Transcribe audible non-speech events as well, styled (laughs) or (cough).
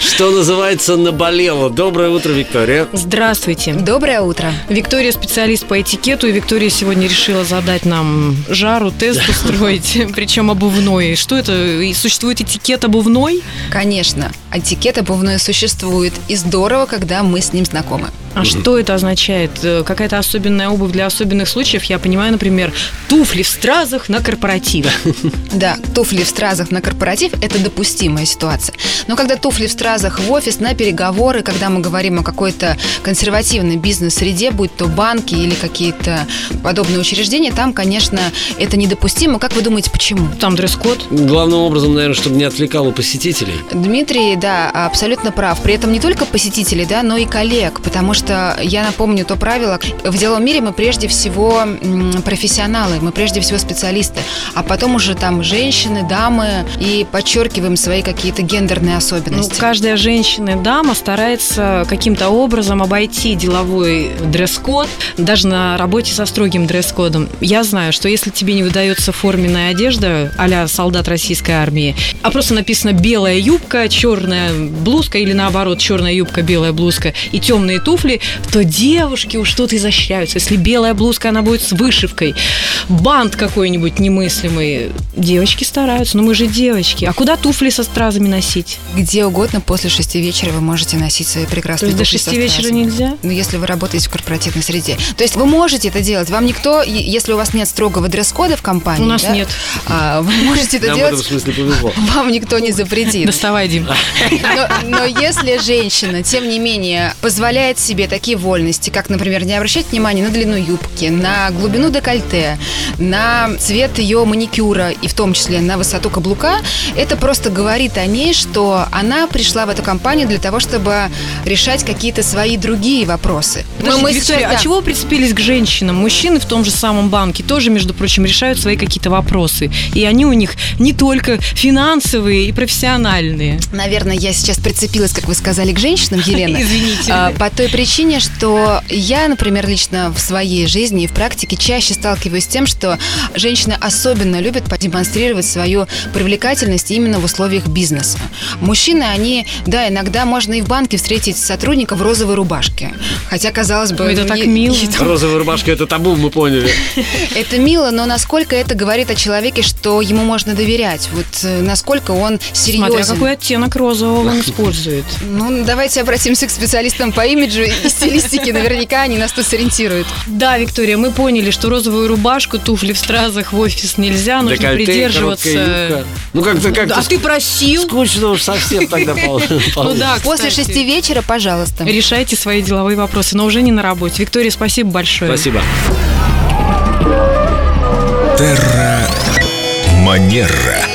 что называется, наболело. Доброе утро, Виктория. Здравствуйте. Доброе утро. Виктория специалист по этикету, и Виктория сегодня решила задать нам жару, тест устроить, (laughs) причем обувной. Что это? И Существует этикет обувной? Конечно, этикет обувной существует, и здорово, когда мы с ним знакомы. А что это означает? Э, Какая-то особенная обувь для особенных случаев? Я понимаю, например, туфли в стразах на корпоративах. Да, туфли в стразах на корпоратив – это допустимая ситуация. Но когда туфли в стразах в офис, на переговоры, когда мы говорим о какой-то консервативной бизнес-среде, будь то банки или какие-то подобные учреждения, там, конечно, это недопустимо. Как вы думаете, почему? Там дресс-код. Главным образом, наверное, чтобы не отвлекало посетителей. Дмитрий, да, абсолютно прав. При этом не только посетителей, да, но и коллег, потому что я напомню то правило, в деловом мире мы прежде всего м, профессионалы, мы прежде всего специалисты, а потом уже там женщины, дамы и подчеркиваем свои какие-то гендерные Ну, особенности. каждая женщина и дама старается каким-то образом обойти деловой дресс-код, даже на работе со строгим дресс-кодом. Я знаю, что если тебе не выдается форменная одежда а солдат российской армии, а просто написано белая юбка, черная блузка или наоборот черная юбка, белая блузка и темные туфли, то девушки уж тут изощряются. Если белая блузка, она будет с вышивкой, бант какой-нибудь немыслимый. Девочки стараются, но мы же девочки. А куда туфли со стразами носить? Где угодно после шести вечера вы можете носить свои То прекрасные есть до туфли со шести вечера стразами. нельзя? Ну, если вы работаете в корпоративной среде. То есть вы можете это делать. Вам никто, и- если у вас нет строгого дресс-кода в компании, У нас да, нет. а, вы можете это Нам в этом делать, смысле повезло. вам никто не запретит. Доставай, Дим. Но, но если женщина, тем не менее, позволяет себе такие вольности, как, например, не обращать внимания на длину юбки, на глубину декольте, на цвет ее маникюра и в том числе на высоту каблука, это просто говорит о ней, что она пришла в эту компанию для того, чтобы решать какие-то свои другие вопросы. Но Подождите, Ну, мы Виктория, сейчас- а да. чего вы прицепились к женщинам? Мужчины в том же самом банке тоже, между прочим, решают свои какие-то вопросы. И они у них не только финансовые и профессиональные. Наверное, я сейчас прицепилась, как вы сказали, (laughs) к женщинам, Елена. Извините. А, По той причине, что я, например, лично в своей жизни и в практике чаще сталкиваюсь с тем, что женщины особенно любят продемонстрировать свою привлекательность именно в условиях бизнеса. Мужчины, они, да, иногда можно и в банке встретить сотрудника в розовой рубашке. Хотя, казалось бы... ну, Ой, это не- так (laughs) мило. Розовая рубашка – это табу, мы поняли. (laughs) это мило, но насколько это говорит о человеке, что ему можно доверять? Вот э, насколько он серьезен? Смотря какой оттенок розового он использует. Ну, давайте обратимся к специалистам по имиджу и стилистике. Наверняка они нас тут сориентируют. Да, Виктория, мы поняли, что розовую рубашку, туфли в стразах в офис нельзя, нужно Декольте, короткая придерживаться. юбка. Ну, как-то как-то а ты просил? скучно уж совсем тогда пол- (laughs) Ну получилось. да, После кстати. шести вечера, пожалуйста. Решайте свои деловые вопросы, но уже не на работе. Виктория, спасибо большое. Спасибо. Манера.